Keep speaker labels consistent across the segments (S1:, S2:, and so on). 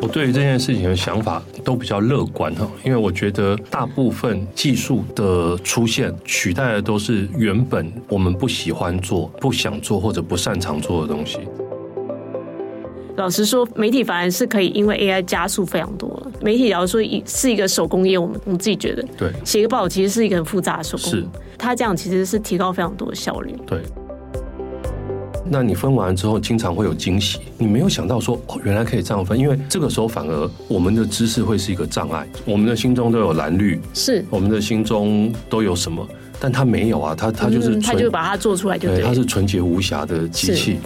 S1: 我对于这件事情的想法都比较乐观哈，因为我觉得大部分技术的出现取代的都是原本我们不喜欢做、不想做或者不擅长做的东西。
S2: 老实说，媒体反而是可以因为 AI 加速非常多了。媒体假如说一是一个手工业，我们我们自己觉得
S1: 对
S2: 写个报其实是一个很复杂的手工，
S1: 是
S2: 它这样其实是提高非常多的效率。
S1: 对。那你分完之后，经常会有惊喜。你没有想到说，哦，原来可以这样分，因为这个时候反而我们的知识会是一个障碍，我们的心中都有蓝绿，
S2: 是，
S1: 我们的心中都有什么，但它没有啊，它它就是纯、
S2: 嗯他就把它做出来就对
S1: 对，
S2: 了。
S1: 它是纯洁无瑕的机器。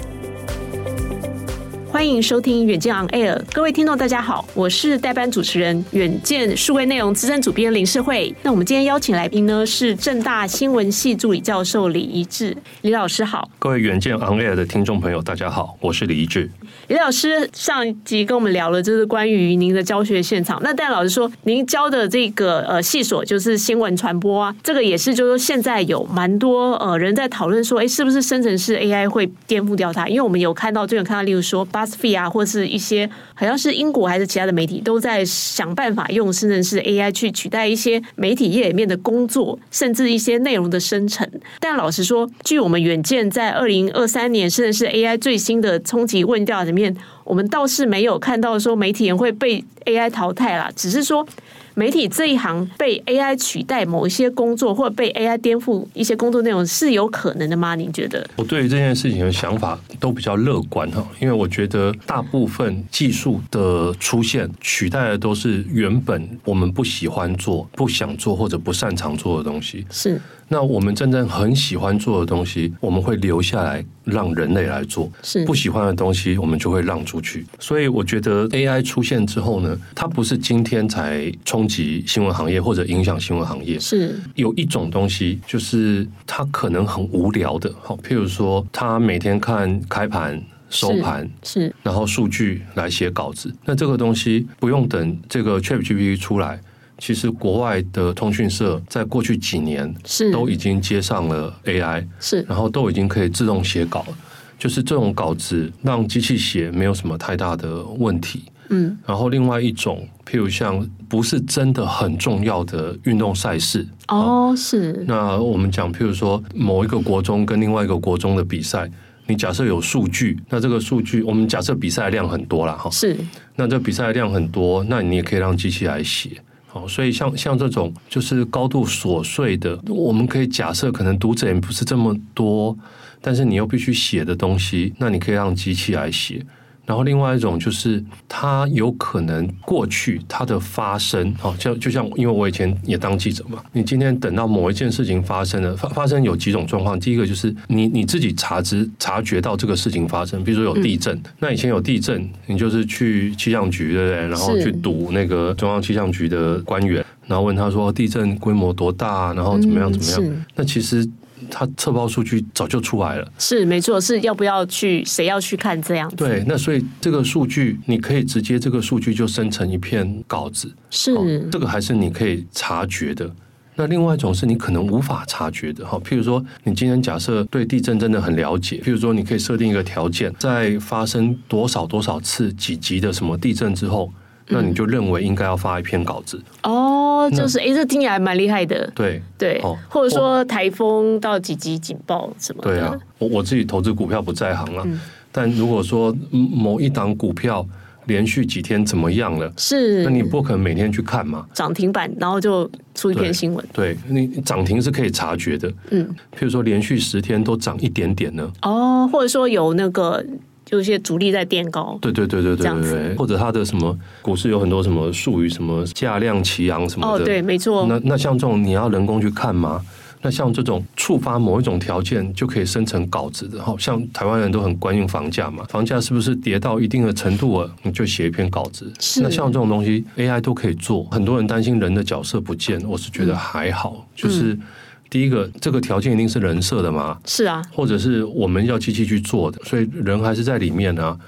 S2: 欢迎收听《远见 On Air》，各位听众大家好，我是代班主持人远见数位内容资深主编林世慧。那我们今天邀请来宾呢是正大新闻系助理教授李一智，李老师好。
S1: 各位远见 On Air 的听众朋友，大家好，我是李一志。
S2: 李老师上一集跟我们聊了，就是关于您的教学现场。那但老师说，您教的这个呃系所就是新闻传播啊，这个也是，就是说现在有蛮多呃人在讨论说，哎，是不是生成式 AI 会颠覆掉它？因为我们有看到最近有看到，例如说 BuzzFeed 啊，或是一些好像是英国还是其他的媒体都在想办法用生成式 AI 去取代一些媒体业里面的工作，甚至一些内容的生成。但老实说，据我们远见在二零二三年甚至是 AI 最新的冲击问调里面，我们倒是没有看到说媒体人会被 AI 淘汰啦，只是说。媒体这一行被 AI 取代某一些工作，或者被 AI 颠覆一些工作内容，是有可能的吗？您觉得？
S1: 我对于这件事情的想法都比较乐观哈，因为我觉得大部分技术的出现取代的都是原本我们不喜欢做、不想做或者不擅长做的东西。
S2: 是
S1: 那我们真正很喜欢做的东西，我们会留下来让人类来做；
S2: 是
S1: 不喜欢的东西，我们就会让出去。所以我觉得 AI 出现之后呢，它不是今天才冲击新闻行业或者影响新闻行业，
S2: 是
S1: 有一种东西，就是它可能很无聊的，好，譬如说他每天看开盘、收盘，
S2: 是
S1: 然后数据来写稿子。那这个东西不用等这个 ChatGPT 出来，其实国外的通讯社在过去几年
S2: 是
S1: 都已哦经接上了 AI，
S2: 是
S1: 然后都已经可以自动写稿了。就是这种稿子让机器写没有什么太大的问题。
S2: 嗯
S1: 然后另外一种，譬如像不是真的很重要的运动赛事，
S2: 哦是
S1: 那我们讲，譬如说某一个国中跟另外一个国中的比赛，你假设有数据，那这个数据我们假设比赛量很多啦，哈，
S2: 是
S1: 那这比赛量很多，那你也可以让机器来写。好，所以像像这种就是高度琐碎的，我们可以假设可能读者也不是这么多，但是你又必须写的东西，那你可以让机器来写。然后另外一种就是，它有可能过去它的发生，哦，就就像因为我以前也当记者嘛，你今天等到某一件事情发生了，发发生有几种状况，第一个就是你你自己察知察觉到这个事情发生，比如说有地
S2: 嗯
S1: 震，那以前有地震，你就是去气象局对不对？然后
S2: 是
S1: 去堵那个中央气象局的官员，然后问他说哦地震规模多大，然后怎么样
S2: 嗯
S1: 怎么样？
S2: 是
S1: 那其实它测报数据早就出来了。
S2: 是没错，是要不要去谁要去看这样子？
S1: 对，那所以这个数据，你可以直接这个数据就生成一篇稿子，
S2: 是
S1: 哦这个还是你可以察觉的。那另外一种是你可能无法察觉的哈，譬如说你今天假设对地震真的很了解，譬如说你可以设定一个条件，在发生多少多少次几级的什么地震之后，那你就认为应该要发一篇稿子，
S2: 哦，就是哎，诶这听起来蛮厉害的。
S1: 对。
S2: 对，
S1: 嗯哦
S2: 或者说台风到几级警报什么的，
S1: 对啊，我我自己投资股票不在行啊，但如果说嗯某一档股票连续几天怎么样了，
S2: 是
S1: 那你不可能每天去看嘛，
S2: 涨停板，然后就出一篇
S1: 对
S2: 新闻，
S1: 对你涨停是可以察觉的，
S2: 嗯，
S1: 譬如说连续十天都涨一点点呢，
S2: 哦，或者说有那个有一些主力在垫高，
S1: 对对对对
S2: 这
S1: 对
S2: 样
S1: 对
S2: 子
S1: 对，或者它的什么股市有很多什么术语，什么价量齐扬什么
S2: 哦，
S1: 的，
S2: 对，没错，
S1: 那那像这种你要人工去看吗？那像这种触发某一种条件就可以生成稿子的，好像台湾人都很关心房价嘛，房价是不是跌到一定的程度了，你就写一篇稿子。
S2: 是
S1: 那像这种东西 AI 都可以做，很多人担心人的角色不见，我是觉得还好，就是
S2: 嗯
S1: 第一个这个条件一定是人设的嘛，
S2: 是啊，
S1: 或者是我们要机器去做的，所以人还是在里面啊。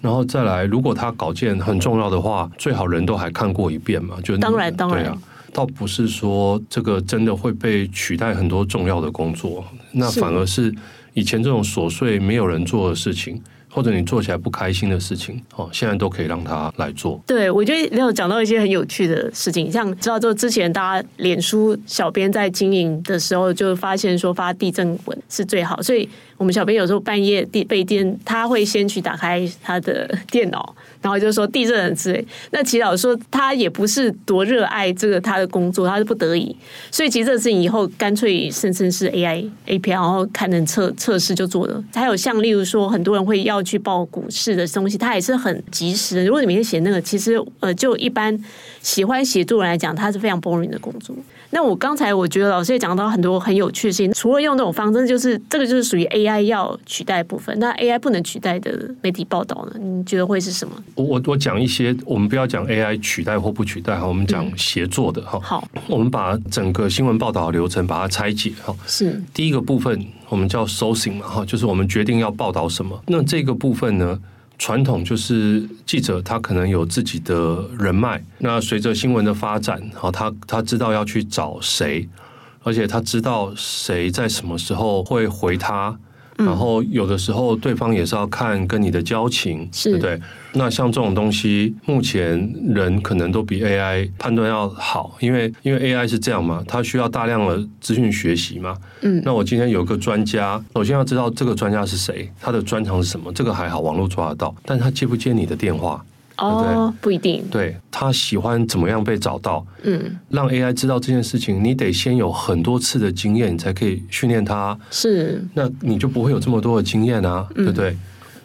S1: 然后再来，如果他稿件很重要的话，最好人都还看过一遍嘛，就是
S2: 当然当然
S1: 对啊，倒不是说这个真的会被取代很多重要的工作，那
S2: 是
S1: 反而是以前这种琐碎没有人做的事情，或者你做起来不开心的事情，哦，现在都可以让他来做。
S2: 对，我觉得你有讲到一些很有趣的事情，像知道就之前大家脸书小编在经营的时候，就发现说发地震文是最好，所以我们小编有时候半夜地被电，他会先去打开他的电脑，然后就说地震之类。那齐老师说他也不是多热爱这个他的工作，他是不得已，所以其实这个事情以后干脆甚至是 AI API，然后看能测测试就做了。还有像例如说，很多人会要去报股市的东西，它也是很及时的。如果你每天写那个，其实呃，就一般喜欢写作人来讲，它是非常 boring 的工作。那我刚才我觉得老师也讲到很多很有趣的事情，除了用这种方针，就是这个就是属于 AI 要取代的部分。那 AI 不能取代的媒体报道呢？你觉得会是什么？
S1: 我我我讲一些，我们不要讲 AI 取代或不取代哈，我们讲
S2: 嗯
S1: 协作的哈。
S2: 好，
S1: 我们把整个新闻报道的流程把它拆解哈。
S2: 是
S1: 第一个部分我们叫 sourcing 嘛哈，就是我们决定要报道什么。那这个部分呢，传统就是记者他可能有自己的人脉，那随着新闻的发展，好，他他知道要去找谁，而且他知道谁在什么时候会回他。然后有的时候对方也是要看跟你的交情，
S2: 是
S1: 对不对？那像这种东西，目前人可能都比 AI 判断要好，因为因为 AI 是这样嘛，它需要大量的资讯学习嘛。嗯，那我今天有个专家，首先要知道这个专家是谁，他的专长是什么，这个还好，网络抓得到，但他接不接你的电话？
S2: 哦，不一定，
S1: 对他喜欢怎么样被找到，
S2: 嗯，
S1: 让 AI 知道这件事情，你得先有很多次的经验，你才可以训练它。
S2: 是
S1: 那你就不会有这么多的经验啊，
S2: 嗯
S1: 对不对？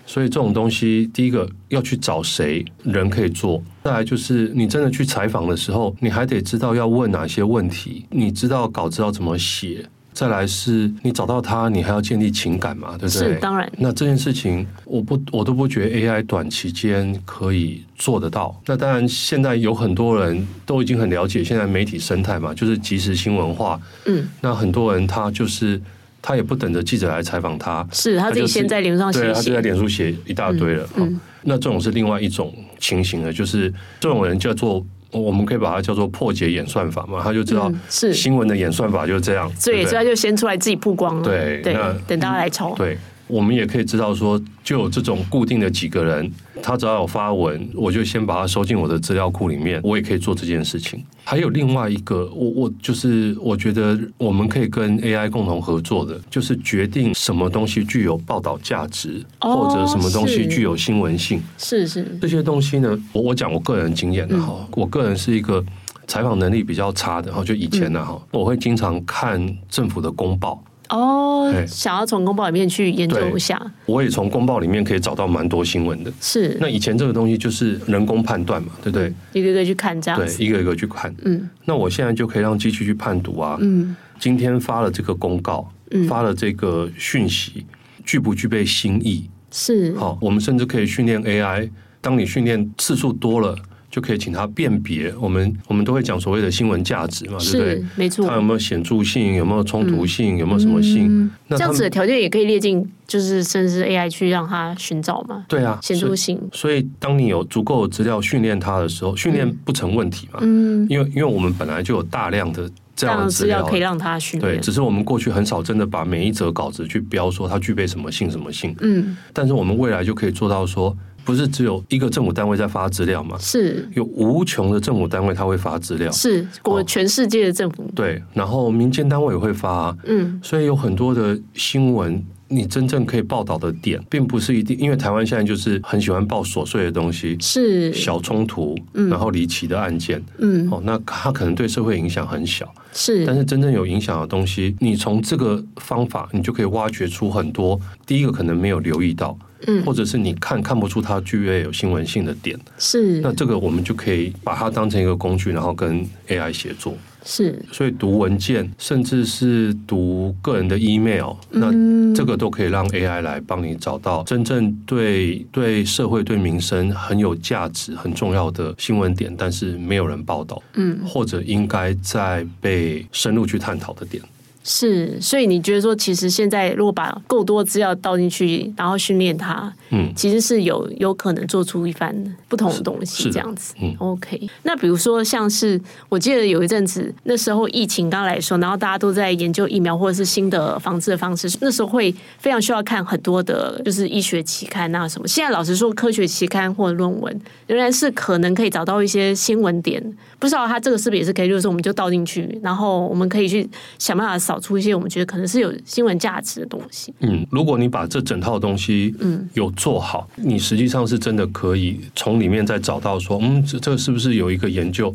S1: 所以这种东西，第一个要去找谁人可以做，再来就是你真的去采访的时候，你还得知道要问哪些问题，你知道稿子要怎么写，再来是你找到他，你还要建立情感嘛，对不对？
S2: 是，当然
S1: 那这件事情，我不我都不觉得 AI 短期间可以做得到。那当然，现在有很多人都已经很了解现在媒体生态嘛，就是即时新闻化。
S2: 嗯，
S1: 那很多人他就是他也不等着记者来采访他，
S2: 是他自己
S1: 就是
S2: 先在脸书上
S1: 对，
S2: 写
S1: 他就
S2: 写
S1: 在，脸书写一大堆了。
S2: 嗯嗯
S1: 哦那这种是另外一种情形了，就是这种人叫做我们可以把它叫做破解演算法嘛，他就知道
S2: 嗯是
S1: 新闻的演算法就是这样，
S2: 所
S1: 对
S2: 以
S1: 不
S2: 所以
S1: 对
S2: 他就先出来自己曝光了，啊
S1: 对那
S2: 等大家来抄，
S1: 对，我们也可以知道说，就有这种固定的几个人，他只要有发文，我就先把它收进我的资料库里面，我也可以做这件事情。还有另外一个，我我就是我觉得我们可以跟 AI 共同合作的，就是决定什么东西具有报道价值，
S2: 哦
S1: 或者什么东西
S2: 是
S1: 具有新闻性。
S2: 是是，
S1: 这些东西呢，我我讲我个人经
S2: 嗯
S1: 验的哈，我个人是一个采访能力比较差的哈，就以前呢、
S2: 嗯
S1: 哈，我会经常看政府的公报。
S2: 哦
S1: 哎，
S2: 想要从公报里面去研究一下，
S1: 我也从公报里面可以找到蛮多新闻的。
S2: 是
S1: 那以前这个东西就是人工判断嘛，对不对？
S2: 一个一个去看这样子，
S1: 对，一个一个去看。
S2: 嗯
S1: 那我现在就可以让机器去判读啊，
S2: 嗯
S1: 今天发了这个公告，发了这个讯息，具不具备新意？
S2: 是
S1: 好、我们甚至可以训练 AI，当你训练次数多了，就可以请它辨别。我们我们都会讲所谓的新闻价值嘛，对不
S2: 是
S1: 对？
S2: 没
S1: 它有
S2: 错，
S1: 没有显著性？有没有冲突性？有没有什么性？那
S2: 嗯这
S1: 他
S2: 样
S1: 们
S2: 子的条件也可以列进，就是甚至 AI 去让它寻找嘛，
S1: 对啊，
S2: 显
S1: 所以
S2: 著性，
S1: 所以，当你有足够的资料训练它的时候，训练不成问题嘛？
S2: 嗯，
S1: 因为因为我们本来就有大量的这
S2: 这
S1: 样
S2: 样
S1: 的
S2: 的
S1: 资
S2: 资
S1: 料啊
S2: 料，可以让它训
S1: 对，
S2: 练，
S1: 只是我们过去很少真的把每一则稿子去标说它具备什么性什么性，
S2: 嗯，
S1: 但是我们未来就可以做到说，不是只有一个政府单位在发资料嘛，
S2: 是
S1: 有无穷的政府单位它会发资料，
S2: 是，
S1: 哦
S2: 我全世界的政府，
S1: 对，然后民间单位也会发啊、
S2: 嗯，
S1: 所以有很多的新闻，你真正可以报道的点，并不是一定，因为台湾现在就是很喜欢报琐碎的东西，
S2: 是，
S1: 小冲突，然后离奇的案件，
S2: 嗯
S1: 哦，那它可能对社会影响很小，
S2: 是
S1: 但是真正有影响的东西，你从这个方法，你就可以挖掘出很多。第一个可能没有留意到，
S2: 嗯
S1: 或者是你看看不出它具备有新闻性的点，
S2: 是
S1: 那这个我们就可以把它当成一个工具，然后跟 AI 协作。
S2: 是，
S1: 所以读文件，甚至是读个人的 email，、那这
S2: 嗯
S1: 个都可以让 AI 来帮你找到真正对对社会、对民生很有价值、很重要的新闻点，但是没有人报道，
S2: 嗯，
S1: 或者应该在被深入去探讨的点。
S2: 是，所以你觉得说，其实现在如果把够多资料倒进去，然后训练它，
S1: 嗯
S2: 其实是有有可能做出一番不同的东
S1: 是
S2: 西，
S1: 的
S2: 这样子。
S1: 嗯
S2: OK，那比如说像是我记得有一阵子，那时候疫情刚来的时候，然后大家都在研究疫苗或者是新的防治的方式，那时候会非常需要看很多的，就是医学期刊啊什么。现在老实说，科学期刊或者论文仍然是可能可以找到一些新闻点，不知道它这个是不是也是可以，就是说我们就倒进去，然后我们可以去想办法扫出一些我们觉得可能是有新闻价值的东西。
S1: 嗯，如果你把这整套东西嗯有做好，你实际上是真的可以从里面再找到说，嗯，这这是不是有一个研究，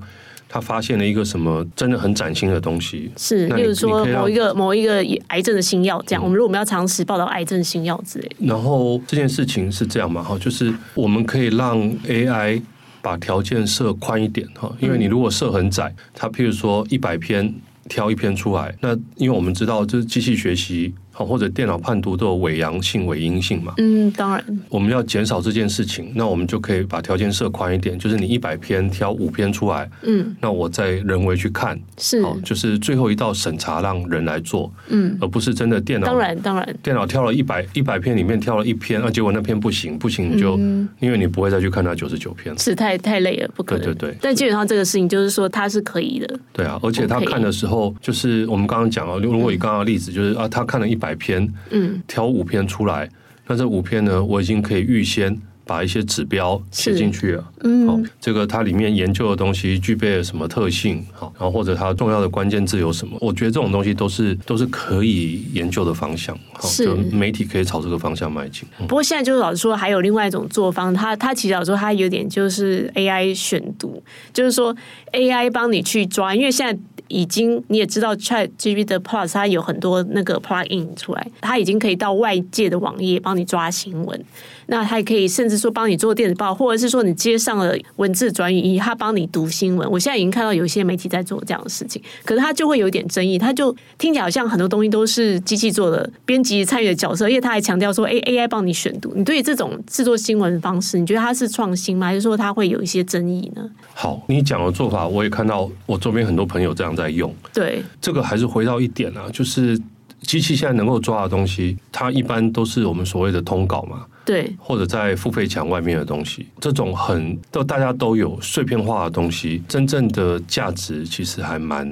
S1: 他发现了一个什么真的很崭新的东西？
S2: 是，
S1: 那
S2: 例
S1: 你
S2: 如说
S1: 你可以让嗯
S2: 某一个某一个癌症的新药，这样、我们如果我们要常识报道癌症新药之类的，
S1: 然后这件事情是这样嘛？哈，就是我们可以让 AI 把条件设宽一点哈，因为你如果设很窄，它譬如说一百篇挑一篇出来，那因为我们知道就是机器学习好或者电脑判读都有伪阳性、伪阴性嘛，
S2: 嗯，当然
S1: 我们要减少这件事情，那我们就可以把条件设宽一点，就是你一百篇挑五篇出来，
S2: 嗯，
S1: 那我再人为去看，
S2: 是，
S1: 好，就是最后一道审查让人来做，
S2: 嗯，
S1: 而不是真的电脑
S2: 当然当然
S1: 电脑挑了一百一百篇里面挑了一篇，啊，结果那篇不行，不行你就、
S2: 嗯
S1: 因为你不会再去看那九十九篇，
S2: 是太太累了，不可能。
S1: 对对对
S2: 但基本上这个事情就是说它是可以的，
S1: 对啊，而且他
S2: OK
S1: 看的时候就是我们刚刚讲了，如如果以刚刚的例子，就是啊，他看了一百篇，
S2: 嗯，
S1: 挑五篇出来，那这五篇呢，我已经可以预先把一些指标写进去了，嗯、哦，这个它里面研究的东西具备了什么特性，好、然后或者它重要的关键字有什么，我觉得这种东西都是都是可以研究的方向，好、
S2: 是
S1: 就媒体可以朝这个方向迈进，嗯
S2: 不过现在就是老实说，还有另外一种作方，它它其实老实说它有点就是 AI 选读，就是说 AI 帮你去抓，因为现在。已经你也知道，Chat GPT 的 Plus 它有很多那个 plugin 出来，它已经可以到外界的网页帮你抓新闻，那它也可以甚至说帮你做电子报，或者是说你接上了文字转语音，它帮你读新闻。我现在已经看到有一些媒体在做这样的事情，可是它就会有一点争议，它就听起来好像很多东西都是机器做的，编辑参与的角色，而且他还强调说，哎，AI 帮你选读。你对于这种制作新闻的方式，你觉得它是创新吗？还是说它会有一些争议呢？
S1: 好，你讲的做法，我也看到我周边很多朋友这样在用。
S2: 对，
S1: 这个还是回到一点啊，就是机器现在能够抓的东西，它一般都是我们所谓的通稿嘛，
S2: 对，
S1: 或者在付费墙外面的东西。这种很都大家都有碎片化的东西，真正的价值其实还蛮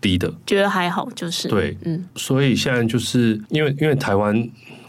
S1: 低的。
S2: 觉得还好，就是
S1: 对，
S2: 嗯，
S1: 所以现在就是因为因为台湾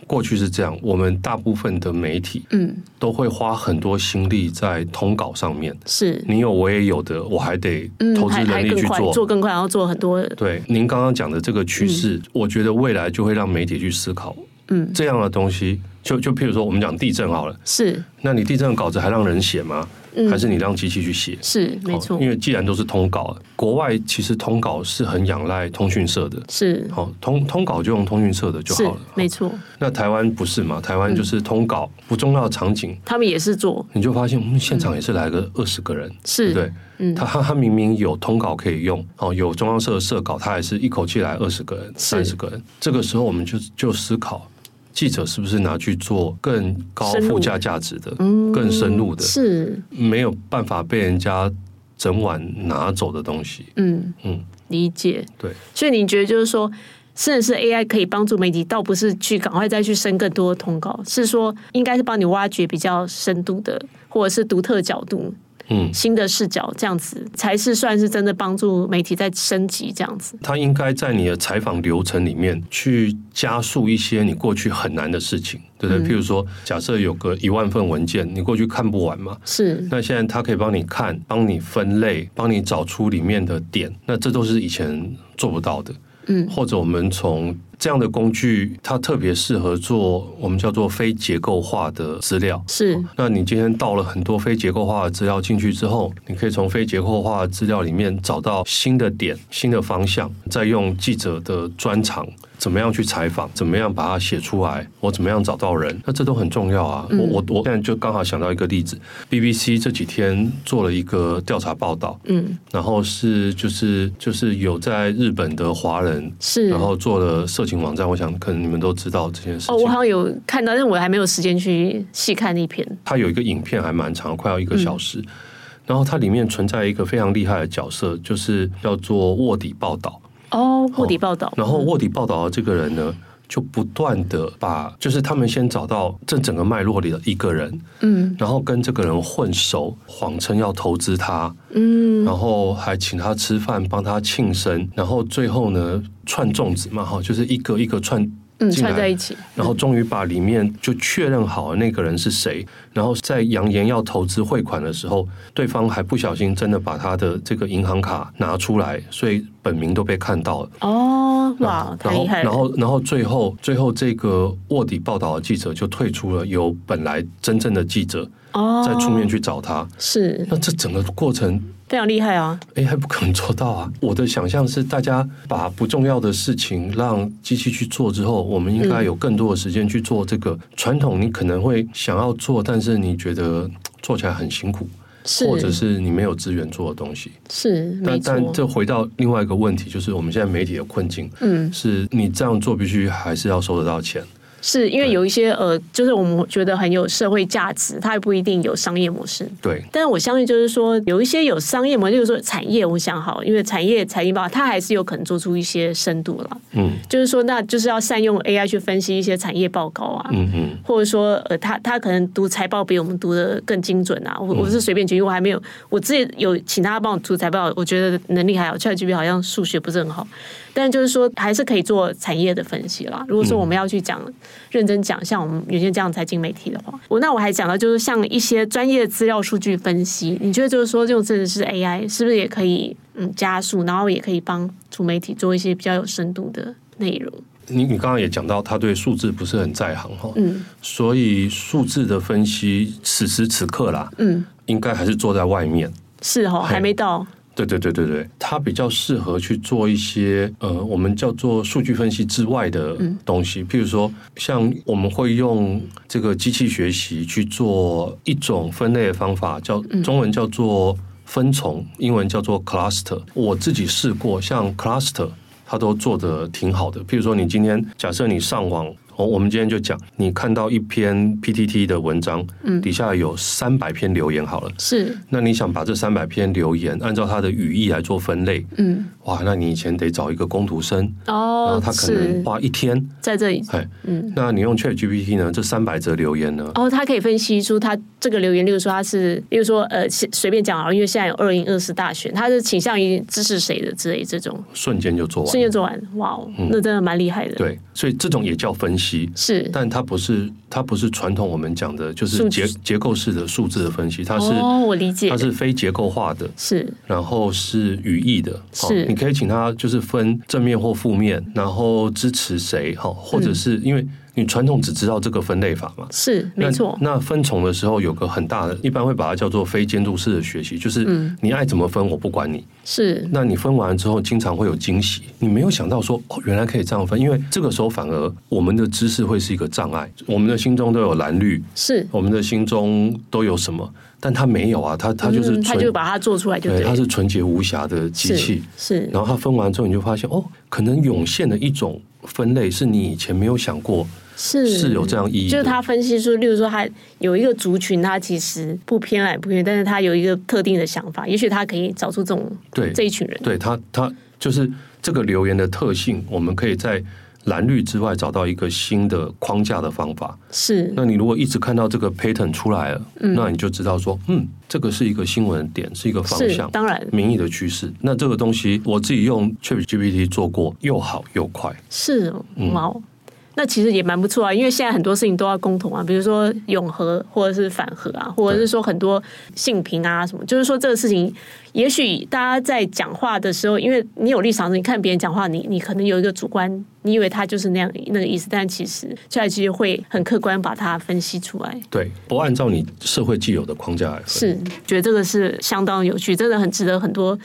S1: 过去是这样，我们大部分的媒体
S2: 嗯，
S1: 都会花很多心力在通稿上面。
S2: 是，
S1: 你有我也有的，我还得
S2: 嗯，
S1: 投资
S2: 还
S1: 人
S2: 还
S1: 力
S2: 更
S1: 去
S2: 快，做嗯更快，然后做很多，
S1: 对，您刚刚讲的这个趋势，我觉得未来就会让媒体去思考，
S2: 嗯，
S1: 这样的东西，就就譬如说我们讲地震好了，
S2: 是
S1: 那你地震的稿子还让人写吗？
S2: 嗯
S1: 还是你让机器去写？
S2: 是，没错
S1: 哦，因为既然都是通稿，国外其实通稿是很仰赖通讯社的。
S2: 是
S1: 好、通通稿就用通讯社的就是好了。
S2: 没错，
S1: 那台湾不是嘛？台湾
S2: 嗯
S1: 就是通稿、不重要的场景，
S2: 他们也是做
S1: 你就发现，嗯，现场也是来个二十个人，
S2: 是，
S1: 对，
S2: 嗯
S1: 他他他明明有通稿可以用，哦，有中央社的社稿，他还是一口气来二十个人、
S2: 是
S1: 三十个人。这个时候，我们就就思考，记者是不是拿去做更高
S2: 深入
S1: 附加价值的、
S2: 嗯
S1: 更深入的，
S2: 是，
S1: 没有办法被人家整晚拿走的东西。
S2: 嗯
S1: 嗯，
S2: 理解。
S1: 对，
S2: 所以你觉得就是说，甚至是 AI 可以帮助媒体，倒不是去赶快再去生更多的通稿，是说应该是帮你挖掘比较深度的，或者是独特角度、
S1: 嗯，
S2: 新的视角，这样子才是算是真的帮助媒体在升级这样子。
S1: 他应该在你的采访流程里面去加速一些你过去很难的事情，对
S2: 嗯
S1: 不对？譬如说，假设有个一万份文件，你过去看不完嘛，
S2: 是
S1: 那现在它可以帮你看、帮你分类、帮你找出里面的点，那这都是以前做不到的。
S2: 嗯，
S1: 或者我们从这样的工具，它特别适合做我们叫做非结构化的资料。
S2: 是，
S1: 那你今天到了很多非结构化的资料进去之后，你可以从非结构化的资料里面找到新的点、新的方向，再用记者的专长怎么样去采访，怎么样把它写出来，我怎么样找到人，那这都很重要啊。我我我现在就刚好想到一个例子，BBC 这几天做了一个调查报道，
S2: 嗯，
S1: 然后是就是就是有在日本的华人。
S2: 是。
S1: 然后做了色情网站，我想可能你们都知道这件事情。
S2: 哦，我好像有看到，但我还没有时间去细看那篇。
S1: 它有一个影片还蛮长，快要一个小时。
S2: 嗯
S1: 然后它里面存在一个非常厉害的角色，就是叫做卧底报道。
S2: 哦，卧底报道，
S1: 然后卧底报道的这个人呢，就不断的把，就是他们先找到这整个脉络里的一个人，
S2: 嗯
S1: 然后跟这个人混熟，谎称要投资他，
S2: 嗯，
S1: 然后还请他吃饭，帮他庆生，然后最后呢串粽子嘛，哈，就是一个一个串
S2: 嗯，
S1: 进
S2: 串在
S1: 来
S2: 一。起，
S1: 然后终于把里面就确认好那个人是谁，然后在扬言要投资汇款的时候，对方还不小心真的把他的这个银行卡拿出来，所以本名都被看到了。
S2: 哦，哇，太
S1: 啊然后
S2: 厉害了，
S1: 然后，然后最后，最后这个卧底报道的记者就退出了，由本来真正的记者
S2: 哦，
S1: 再出面去找他。
S2: 是
S1: 那这整个过程，
S2: 非常厉害啊，
S1: 哎，还不可能做到啊！我的想象是，大家把不重要的事情让机器去做之后，我们应
S2: 嗯
S1: 该有更多的时间去做这个传统。你可能会想要做，但是你觉得嘖做起来很辛苦，
S2: 是
S1: 或者是你没有资源做的东西。
S2: 是没
S1: 但
S2: 错，
S1: 但这回到另外一个问题，就是我们现在媒体的困境。
S2: 嗯，
S1: 是你这样做必须还是要收得到钱，
S2: 是因为
S1: 对
S2: 有一些呃，就是我们觉得很有社会价值，它也不一定有商业模式。
S1: 对，
S2: 但是我相信，就是说有一些有商业模式，就是说产业，我想好，因为产业财经报它还是有可能做出一些深度了。
S1: 嗯
S2: 就是说，那就是要善用 AI 去分析一些产业报告啊，
S1: 嗯嗯，
S2: 或者说呃，他他可能读财报比我们读的更精准啊。我我是随便举例，我还没有，我自己有请他帮我读财报，我觉得能力还好。ChatGPT 好像数学不是很好，但就是说还是可以做产业的分析啦。如果说我们要去讲认真讲，像我们有些这样财经媒体的话，我那我还讲到就是像一些专业资料数据分析，你觉得就是说用这个是 AI 是不是也可以嗯加速，然后也可以帮主媒体做一些比较有深度的内容？
S1: 你你刚刚也讲到他对数字不是很在行哈，
S2: 嗯
S1: 所以数字的分析此时此刻啦，
S2: 嗯，
S1: 应该还是坐在外面。
S2: 是哦，还没到。
S1: 对对对对对，他比较适合去做一些呃，我们叫做数据分析之外的东西，譬如说，像我们会用这个机器学习去做一种分类的方法，叫中文叫做分丛，英文叫做 cluster。我自己试过，像 cluster，它都做的挺好的。譬如说，你今天假设你上网。哦，我们今天就讲，你看到一篇 PTT 的文章，嗯，底下有三百篇留言好了，
S2: 是，
S1: 那你想把这三百篇留言按照它的语义来做分类，
S2: 嗯，
S1: 哇，那你以前得找一个工读生，然后
S2: 哦
S1: 他，可能
S2: 是嗯
S1: 花一天，
S2: 在这里，
S1: 哎，那你用 Chat GPT 呢？这三百则留言呢？
S2: 哦，他可以分析出他这个留言，例如说他是，例如说呃，随随便讲啊，因为现在有二零二四大选，他是倾向于支持谁的之类这种，
S1: 瞬间就做完
S2: 瞬
S1: 了，
S2: 间做完，哇哦，那真的蛮厉害的，，
S1: 嗯对，所以这种也叫分析，
S2: 是，
S1: 但它不是它不是传统我们讲的，就
S2: 数
S1: 是
S2: 据
S1: 结结构式的数字的分析，它是、
S2: 哦，我理解
S1: 它，是非结构化的，
S2: 是
S1: 然后是语义的，好
S2: 是
S1: 你可以请他就是分正面或负面，然后支持谁，好，或者是因为你传统只知道这个分类法嘛。
S2: 是，
S1: 那
S2: 没错，
S1: 那分重的时候有个很大的，一般会把它叫做非监督式的学习，
S2: 嗯
S1: 就是你爱怎么分我不管你。
S2: 是
S1: 那你分完之后，经常会有惊喜，你没有想到说哦，原来可以这样分，因为这个时候反而我们的知识会是一个障碍，我们的心中都有蓝绿，
S2: 是，
S1: 我们的心中都有什么，但他没有啊，他他就是
S2: 嗯他
S1: 纯
S2: 就把它做出来就
S1: 对，
S2: 对
S1: 它
S2: 了，
S1: 是纯洁无瑕的机器。
S2: 是
S1: 然后它分完之后，你就发现哦，可能涌现的一种分类是你以前没有想过
S2: 是
S1: 是有这样意义的。
S2: 就是他分析出，例如说他有一个族群，他其实不偏袒不偏，但是他有一个特定的想法，也许他可以找出这种
S1: 对
S2: 这一群人。
S1: 对它它就是这个留言的特性，我们可以在蓝绿之外找到一个新的框架的方法。
S2: 是
S1: 那你如果一直看到这个 pattern 出来了，那你就知道说，嗯，这个是一个新闻点，是一个方
S2: 是
S1: 向，。
S2: 当然
S1: 民意的趋势，那这个东西我自己用 ChatGPT 做过，又好又快。
S2: 是哦
S1: 嗯
S2: 哇哦。那其实也蛮不错啊，因为现在很多事情都要共同啊，比如说永和或者是反核啊，或者是说很多性平啊什么，就是说这个事情，也许大家在讲话的时候，因为你有立场，你看别人讲话，你你可能有一个主观，你以为他就是那样那个意思，但其实下其实会很客观把它分析出来。
S1: 对，不按照你社会既有的框架来分。
S2: 是，觉得这个是相当有趣，真的很值得很多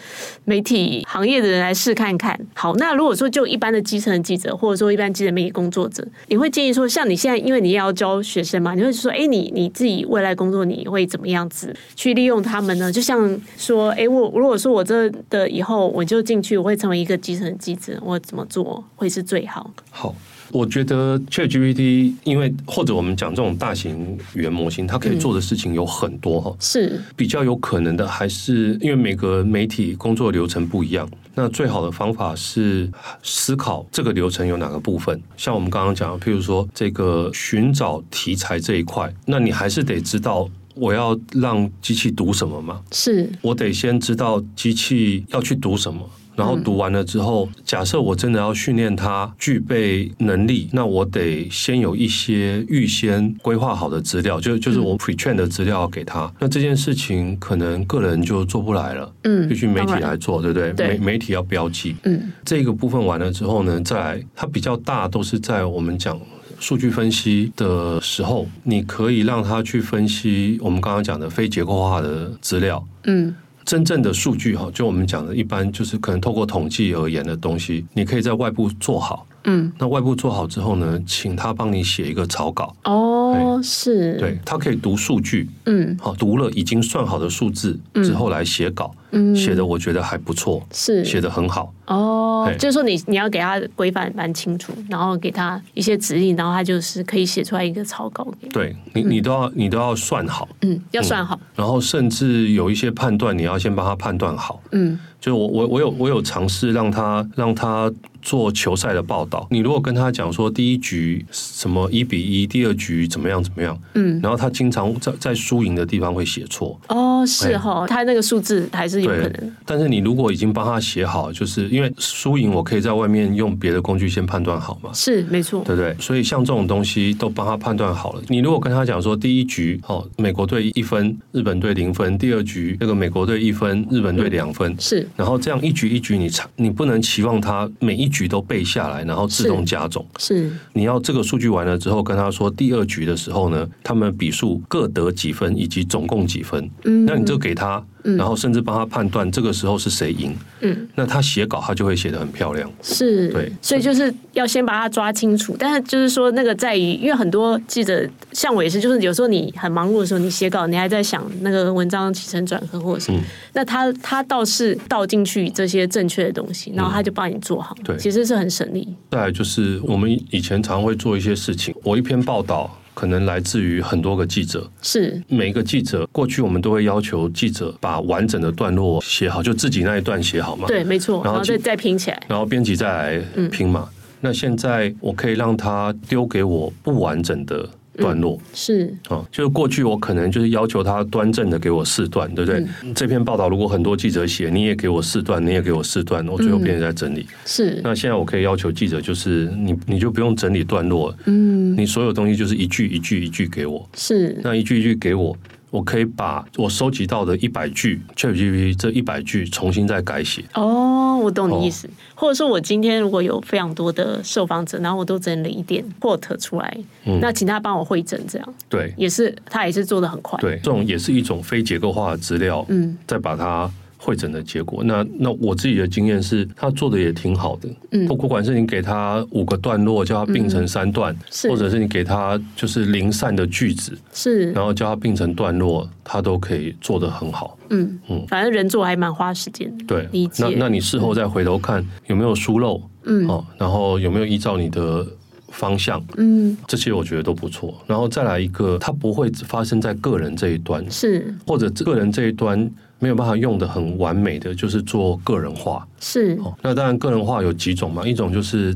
S2: 媒体行业的人来试看看。好，那如果说就一般的基层的记者，或者说一般基层媒体工作者，你会建议说，像你现在，因为你也要教学生嘛，你会说，哎，你你自己未来工作你会怎么样子去利用他们呢？就像说，哎，我如果说我真的以后我就进去，我会成为一个基层的记者，我怎么做会是最好？
S1: 好，我觉得 ChatGPT，因为或者我们讲这种大型语言模型，它
S2: 嗯
S1: 可以做的事情有很多哈、
S2: 是
S1: 比较有可能的还是因为每个媒体工作流程不一样，那最好的方法是思考这个流程有哪个部分。像我们刚刚讲的，譬如说这个寻找题材这一块，那你还是得知道我要让机器读什么嘛。
S2: 是
S1: 我得先知道机器要去读什么。然后读完了之后，假设我真的要训练它具备能力，那我得先有一些预先规划好的资料，就就是
S2: 嗯
S1: 我 pre train 的资料给他。那这件事情可能个人就做不来了，
S2: 嗯
S1: 必须媒体
S2: 当然
S1: 来做，对不对？
S2: 对
S1: 媒媒体要标记，
S2: 嗯
S1: 这个部分完了之后呢，再来它比较大都是在我们讲数据分析的时候，你可以让它去分析我们刚刚讲的非结构化的资料。
S2: 嗯
S1: 真正的数据哈，就我们讲的，一般就是可能透过统计而言的东西，你可以在外部做好。
S2: 嗯
S1: 那外部做好之后呢，请他帮你写一个草稿，
S2: 哦是
S1: 对他可以读数据，
S2: 嗯
S1: 好读了已经算好的数字之后来写稿，
S2: 嗯
S1: 写的我觉得还不错，
S2: 是
S1: 写的很好。
S2: 哦
S1: 对，
S2: 就是说你你要给他规范蛮清楚，然后给他一些指引，然后他就是可以写出来一个草稿给你，
S1: 对你，你都要你都要算好，
S2: 嗯，要算好，
S1: 然后甚至有一些判断，你要先帮他判断好。
S2: 嗯
S1: 就我我我有我有尝试让他让他做球赛的报道。你如果跟他讲说第一局什么一比一，第二局怎么样怎么样，
S2: 嗯，
S1: 然后他经常在在输赢的地方会写错。
S2: 哦是
S1: 对
S2: 哈，他那个数字还是有可
S1: 嗯对
S2: 能，，
S1: 但是你如果已经帮他写好，就是因为输赢我可以在外面用别的工具先判断好嘛，
S2: 是没错，
S1: 对不对？所以像这种东西都帮他判断好了。你如果跟他讲说第一局哦，美国队一分，日本队零分；第二局那个美国队一分，日本队两分，
S2: 是
S1: 然后这样一局一局你查，你不能期望他每一局都背下来，然后自动加总。
S2: 是
S1: 你要这个数据完了之后，跟他说第二局的时候呢，他们比数各得几分，以及总共几分。
S2: 嗯
S1: 那你就给他，然后甚至帮他判断这个时候是谁赢。
S2: 嗯，
S1: 那他写稿他就会写得很漂亮。
S2: 是，
S1: 对
S2: 所以就是要先把它抓清楚。但是就是说，那个在于，因为很多记者像我也是，就是有时候你很忙碌的时候，你写稿，你还在想那个文章起承转合或者什
S1: 嗯
S2: 么，那他他倒是倒进去这些正确的东西，然后他就帮你做好，
S1: 对
S2: 其实是很省力。
S1: 再来就是我们以前常会做一些事情，我一篇报道可能来自于很多个记者，
S2: 是
S1: 每一个记者过去我们都会要求记者把完整的段落写好，就自己那一段写好嘛。
S2: 对，没错，
S1: 然
S2: 然
S1: 后
S2: 后再
S1: 去
S2: 再拼起来，
S1: 然后编辑再来拼嘛。那现在我可以让他丢给我不完整的段落。
S2: 是
S1: 啊、就是过去我可能就是要求他端正的给我四段，对不对？这篇报道如果很多记者写，你也给我四段，你也给我四段，我最后编辑在整理。
S2: 是，
S1: 那现在我可以要求记者，就是你你就不用整理段落了，
S2: 嗯，
S1: 你所有东西就是一句一句一句给我，
S2: 是
S1: 那一句一句给我，我可以把我收集到的一百句 ChatGPT 这一百句重新再改写。
S2: 哦，我懂你意思。或者说，我今天如果有非常多的受访者，然后我都整理一点 report 出来，
S1: 嗯
S2: 那请他帮我会诊，这样
S1: 对，
S2: 也是他也是做的很快。
S1: 对，这种也是一种非结构化的资料，
S2: 嗯，
S1: 再把它会诊的结果。那那我自己的经验是，他做的也挺好的，
S2: 嗯
S1: 不不管是你给他五个段落，叫他并成三段，
S2: 是
S1: 或者是你给他就是零散的句子，
S2: 是
S1: 然后叫他并成段落，他都可以做得很好。
S2: 嗯
S1: 嗯
S2: 反正人做还蛮花时间的。
S1: 对
S2: 理，解
S1: 那那你事后再回头看有没有疏漏，
S2: 嗯
S1: 哦，然后有没有依照你的方向，
S2: 嗯，
S1: 这些我觉得都不错。然后再来一个，它不会只发生在个人这一端，
S2: 是
S1: 或者个人这一端没有办法用的很完美的，就是做个人化。
S2: 是
S1: 哦，那当然个人化有几种嘛，一种就是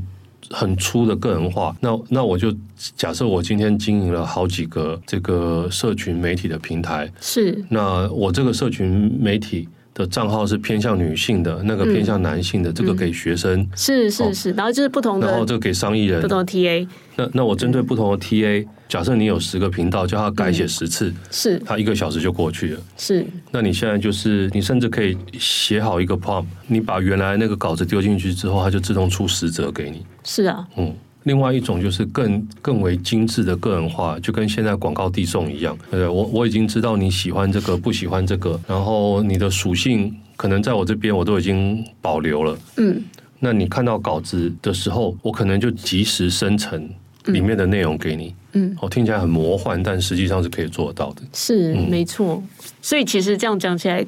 S1: 很粗的个人化。那那我就假设我今天经营了好几个这个社群媒体的平台，
S2: 是
S1: 那我这个社群媒体。的账号是偏向女性的，那个偏向男性的，这个给学生，
S2: 是
S1: 哦
S2: 是是，然后就是不同
S1: 然后
S2: 的
S1: 这个给商艺人
S2: 嗯不。同的 TA
S1: 那那我针对不同的 TA，假设你有十个频道，叫他改写十次，
S2: 是
S1: 他一个小时就过去了。
S2: 是
S1: 那你现在就是，你甚至可以写好一个 prompt，你把原来那个稿子丢进去之后，它就自动出十则给你。
S2: 是啊，
S1: 嗯，另外一种就是更更为精致的个人化，就跟现在广告递送一样。对不对，我我已经知道你喜欢这个，不喜欢这个，然后你的属性可能在我这边我都已经保留了。
S2: 嗯
S1: 那你看到稿子的时候，我可能就及时生成里面的内容给你。
S2: 嗯，
S1: 哦，听起来很魔幻，但实际上是可以做得到的。
S2: 是没错。所以其实这样讲起来，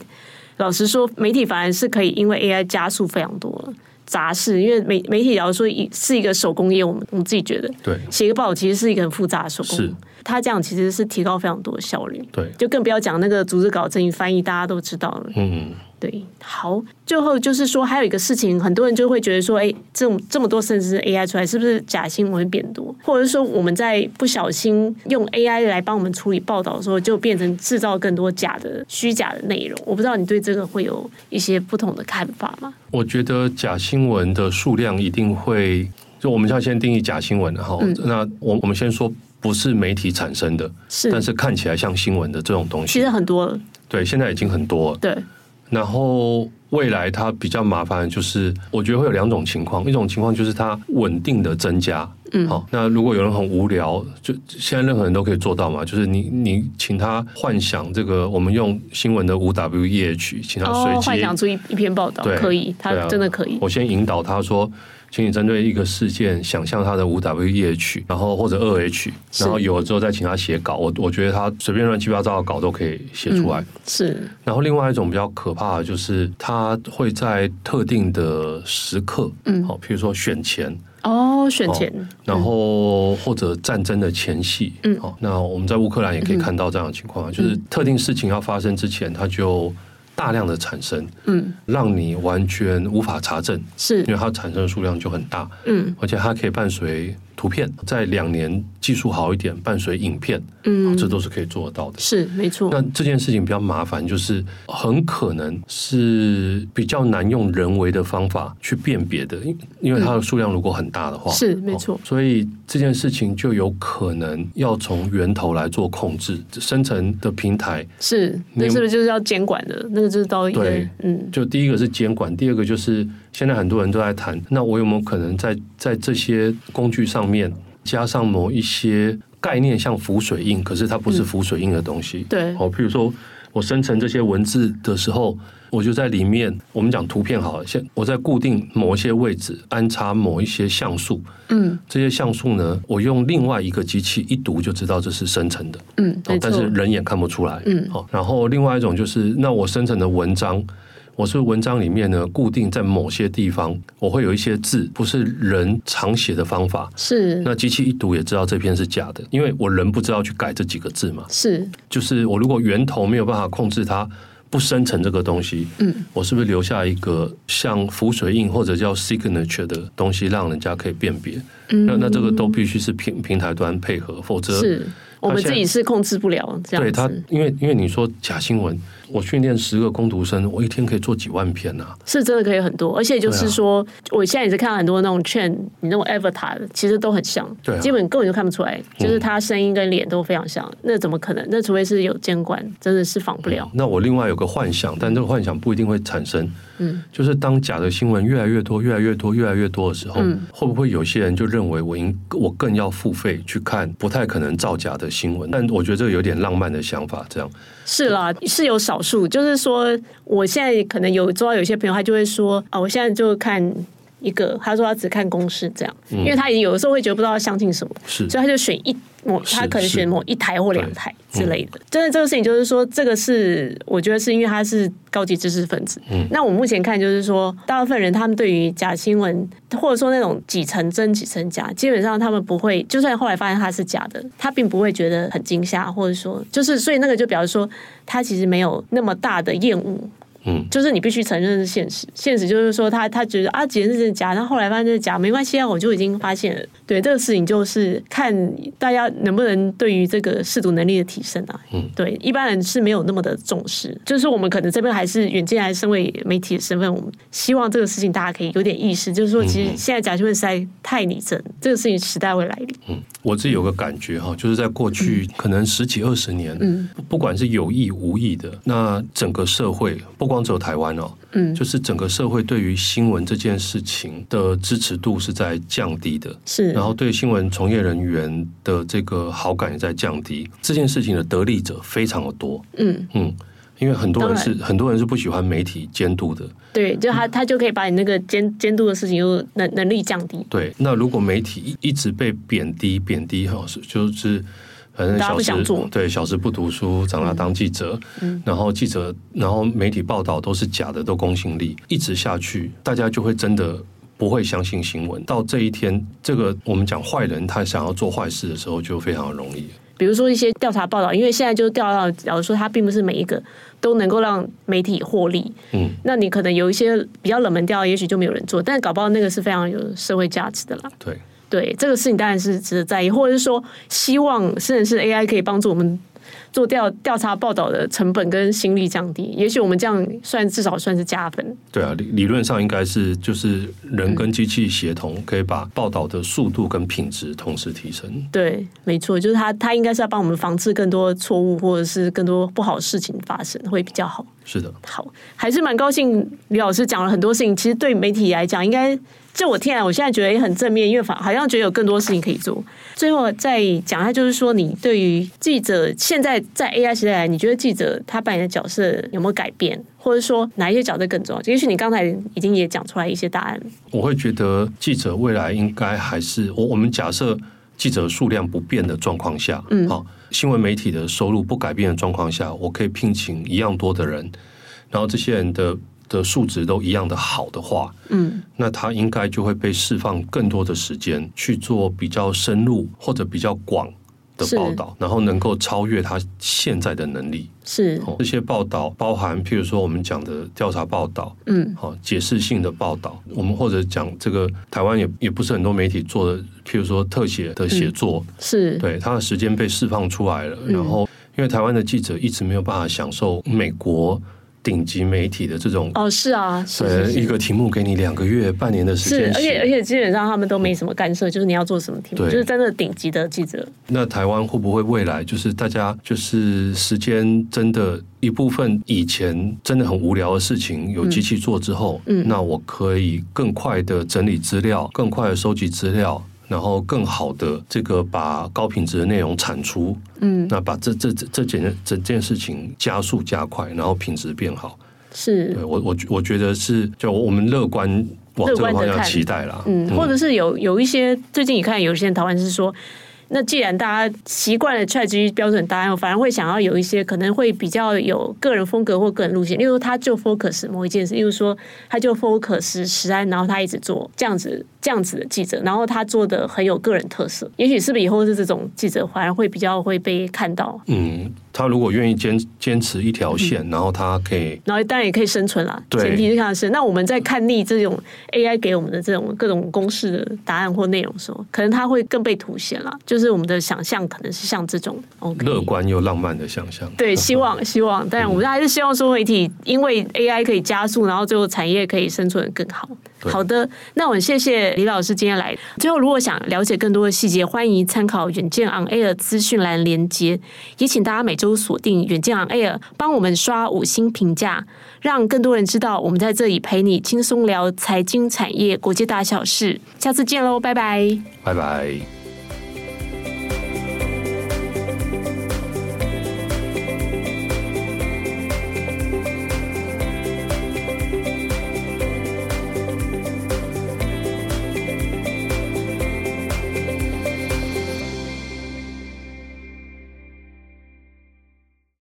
S2: 老实说，媒体反而是可以因为 AI 加速非常多了。杂事，因为媒媒体假如说一是一个手工业，我们我们自己觉得
S1: 对
S2: 写一个报其实是一个很复杂的手工
S1: 是，
S2: 它这样其实是提高非常多的效率。
S1: 对，
S2: 就更不要讲那个逐字稿整理翻译，大家都知道了。
S1: 嗯，
S2: 对，好，最后就是说，还有一个事情，很多人就会觉得说，哎，这种这么多甚至是 AI 出来，是不是假新闻会变多？或者是说，我们在不小心用 AI 来帮我们处理报道的时候，就变成制造更多假的、虚假的内容？我不知道你对这个会有一些不同的看法吗？
S1: 我觉得假新闻的数量一定会，就我们要先定义假新闻，然后、
S2: 嗯
S1: 那我我们先说不是媒体产生的，
S2: 是，
S1: 但是看起来像新闻的这种东
S2: 其
S1: 西
S2: 实，很多了，
S1: 对，现在已经很多了。
S2: 对，
S1: 然后未来它比较麻烦，就是我觉得会有两种情况，一种情况就是它稳定的增加，嗯，好、那如果有人很无聊，就现在任何人都可以做到嘛，就是你你请他幻想这个，我们用新闻的五 W E H，请他随
S2: 哦，幻
S1: 机、
S2: 想出一一篇报道
S1: 对，
S2: 哦可以，它
S1: 对啊
S2: 真的可以，
S1: 我先引导他说，请你针对一个事件想象它的五 W E H，然后或者二 H，
S2: 是
S1: 然后有了之后再请他写稿。我我觉得他随便乱七八糟的稿都可以写出
S2: 嗯
S1: 来。
S2: 是，
S1: 然后另外一种比较可怕的就是，他会在特定的时刻，嗯，好，譬如说选前，
S2: 哦，选前，
S1: 然后或者战争的前夕，嗯，好，那我们在乌克兰也可以看到这样的情
S2: 嗯
S1: 况，就是特定事情要发生之前，它就大量的产生，
S2: 嗯，
S1: 让你完全无法查证，
S2: 是
S1: 因，为它产生的数量就很大，
S2: 嗯
S1: 而且它可以伴随图片，在两年技术好一点，伴随影片，
S2: 嗯，
S1: 哦这都是可以做得到的。
S2: 是没错，
S1: 那这件事情比较麻烦，就是很可能是比较难用人为的方法去辨别的，因因为它的数量如果很大的话，
S2: 嗯是没错
S1: 哦所以这件事情就有可能要从源头来做控制，生成的平台。
S2: 是，
S1: 你
S2: 那
S1: 有
S2: 是不是就是要监管的？那个就是到一个
S1: 对
S2: 嗯，
S1: 就第一个是监管，第二个就是现在很多人都在谈，那我有没有可能在在这些工具上面加上某一些概念，像浮水印，可是它不是浮水印的东西。
S2: 嗯对，
S1: 好，譬如说我生成这些文字的时候，我就在里面，我们讲图片好了，先我在固定某一些位置安插某一些像素，
S2: 嗯
S1: 这些像素呢，我用另外一个机器一读就知道这是生成的，
S2: 嗯，
S1: 哦
S2: 没
S1: 但是
S2: 错，
S1: 人眼看不出来。
S2: 嗯
S1: 好，然后另外一种就是，那我生成的文章。我是文章里面呢，固定在某些地方，我会有一些字不是人常写的方法，
S2: 是
S1: 那机器一读也知道这篇是假的，因为我人不知道去改这几个字嘛。
S2: 是
S1: 就是我如果源头没有办法控制它不生成这个东西，
S2: 嗯，
S1: 我是不是留下一个像浮水印或者叫 signature 的东西，让人家可以辨别？
S2: 嗯
S1: 那那这个都必须是平平台端配合，否则
S2: 是，我们
S1: 呃现在
S2: 自己是控制不了这
S1: 对
S2: 样
S1: 它
S2: 子，，
S1: 因为因为你说假新闻，我训练十个工读生，我一天可以做几万篇啊，
S2: 是真的可以很多，而且就
S1: 对
S2: 是
S1: 啊
S2: 说，我现在也是看到很多那种券，你那种 avatar 的，其实都很像，
S1: 对啊嗯
S2: 基本根本就看不出来，就是他声音跟脸都非常像，那怎么可能？那除非是有监管，真的是仿不了。
S1: 那我另外有个幻想，但这个幻想不一定会产生。嗯，就是当假的新闻越来越多、越来越多、越来越多的时候，
S2: 嗯
S1: 会不会有些人就认为我应我更要付费去看不太可能造假的新闻？但我觉得这个有点浪漫的想法，这样
S2: 是啦，是有少数，就是说，我现在可能有知道有些朋友，他就会说啊，我现在就看一个，他说他只看公式这样，因为他也有时候会觉得不知道要相信什么，
S1: 是
S2: 所以他就选一某，
S1: 是
S2: 他可能
S1: 是嗯
S2: 选某一台或两台之类的。真的这个事情就是说，这个是我觉得是因为他是高级知识分子。
S1: 嗯
S2: 那我目前看就是说，大部分人他们对于假新闻或者说那种几成真几成假，基本上他们不会，就算后来发现它是假的，他并不会觉得很惊吓，或者说就是所以那个就表示说他其实没有那么大的厌恶。
S1: 嗯
S2: 就是你必须承认是现实，现实就是说他他觉得啊，几件是假，然后后来发现这是假，没关系啊，我就已经发现了。对这个事情，就是看大家能不能对于这个试读能力的提升啊。
S1: 嗯，
S2: 对，一般人是没有那么的重视，就是我们可能这边还是远近还是身为媒体的身份，我们希望这个事情大家可以有点意识，就是说，其实现在假新闻实在太拟真，这个事情时代会来临。
S1: 嗯，我自己有个感觉
S2: 嗯
S1: 哈，就是在过去可能十几二十年，嗯，不管是有意无意的，那整个社会不光只有台湾哦，
S2: 嗯
S1: 就是整个社会对于新闻这件事情的支持度是在降低的，
S2: 是
S1: 然，后对新闻从业人员的这个好感也在降低。这件事情的得利者非常的多，
S2: 嗯，
S1: 嗯，因为很多人是
S2: 当
S1: 很多人是不喜欢媒体监督的，
S2: 对，就他他就可以把你那个监监督的事情又能能力降低。
S1: 对。那如果媒体一一直被贬低贬低哈，是就是。反正
S2: 大家
S1: 小
S2: 不想
S1: 时
S2: 做嗯
S1: 对小时不读书，长大当记者，然后记者，然后媒体报道都是假的，都公信力一直下去，大家就会真的。不会相信新闻，到这一天，这个我们讲坏人他想要做坏事的时候，就非常容易了。
S2: 比如说一些调查报道，因为现在就是调查，假如说它并不是每一个都能够让媒体获利，
S1: 嗯，
S2: 那你可能有一些比较冷门调查，也许就没有人做，但搞不好那个是非常有社会价值的啦。
S1: 对，
S2: 对，这个事情当然是值得在意，或者是说希望甚至是 AI 可以帮助我们做调调查报道的成本跟心力降低，也许我们这样算至少算是加分。
S1: 对啊，理理论上应该是就是人跟机器协同，可以把报道的速度跟品质同时提升。
S2: 对，没错，就是它它应该是要帮我们防治更多错误或者是更多不好的事情发生，会比较好。
S1: 是的，
S2: 好，还是蛮高兴李老师讲了很多事情。其实对媒体来讲，应该就我听来，我现在觉得也很正面，因为反好像觉得有更多事情可以做。最后再讲一下，就是说你对于记者现在在 AI 时代来，你觉得记者他扮演的角色有没有改变，或者说哪一些角色更重要？也许你刚才已经也讲出来一些答案。
S1: 我会觉得记者未来应该还是我我们假设记者数量不变的状况下，嗯，好、新闻媒体的收入不改变的状况下，我可以聘请一样多的人，然后这些人的的数值都一样的好的话，嗯，那他应该就会被释放更多的时间去做比较深入或者比较广的
S2: 是
S1: 报道，然后能够超越他现在的能力。
S2: 是
S1: 哦，这些报道包含，譬如说我们讲的调查报道，
S2: 嗯，
S1: 好、解释性的报道，我们或者讲这个台湾也也不是很多媒体做的，譬如说特写的写作，
S2: 是，
S1: 对它的时间被释放出来了，
S2: 嗯
S1: 然后因为台湾的记者一直没有办法享受美国顶级媒体的这种，
S2: 哦，是啊，是
S1: 呃，
S2: 是
S1: 一
S2: 是
S1: 个题目给你两个月、半年的时
S2: 是，
S1: 间
S2: 而且而
S1: 写，
S2: 且基本上他们都没什么干涉，就是你要做什么题目，
S1: 对
S2: 就是真的顶级的记者。
S1: 那台湾会不会未来就是大家就是时间真的一部分以前真的很无聊的事情，有机器做之后，嗯，那我可以更快的整理资料，更快的收集资料。然后更好的这个把高品质的内容产出，嗯，那把这这这这件整件事情加速加快，然后品质变好。
S2: 是
S1: 对我我我觉得是就我们乐观往这
S2: 乐
S1: 个
S2: 观地
S1: 方向
S2: 看
S1: 期待啦，
S2: 嗯，或者是有有一些最近你看有一些人讨论是说，那既然大家习惯了 ChatGPT 标准答案，反而会想要有一些可能会比较有个人风格或个人路线，例如说他就 focus 某一件事，例如说他就 focus 实安，然后他一直做这样子这样子的记者，然后他做的很有个人特色，也许是不是以后是这种记者反而会比较会被看到，
S1: 嗯，他如果愿意坚坚持一条线，然后他可以
S2: 然后当然也可以生存啦，
S1: 对
S2: 前提就像是那我们在看腻这种 AI 给我们的这种各种公式的答案或内容的时候，可能它会更被凸显啦，就是我们的想象可能是像这种 OK。
S1: 乐观又浪漫的想象。
S2: 对，希望希望，但我们还是希望说媒体因为 AI 可以加速，然后最后产业可以生存得更好。
S1: 对
S2: 好的，那我很谢谢李老师今天来。最后，如果想了解更多的细节，欢迎参考远见 On Air 资讯栏连接，也请大家每周锁定远见 On Air，帮我们刷五星评价，让更多人知道我们在这里陪你轻松聊财经、产业、国际大小事。下次见喽，拜拜。
S1: 拜拜。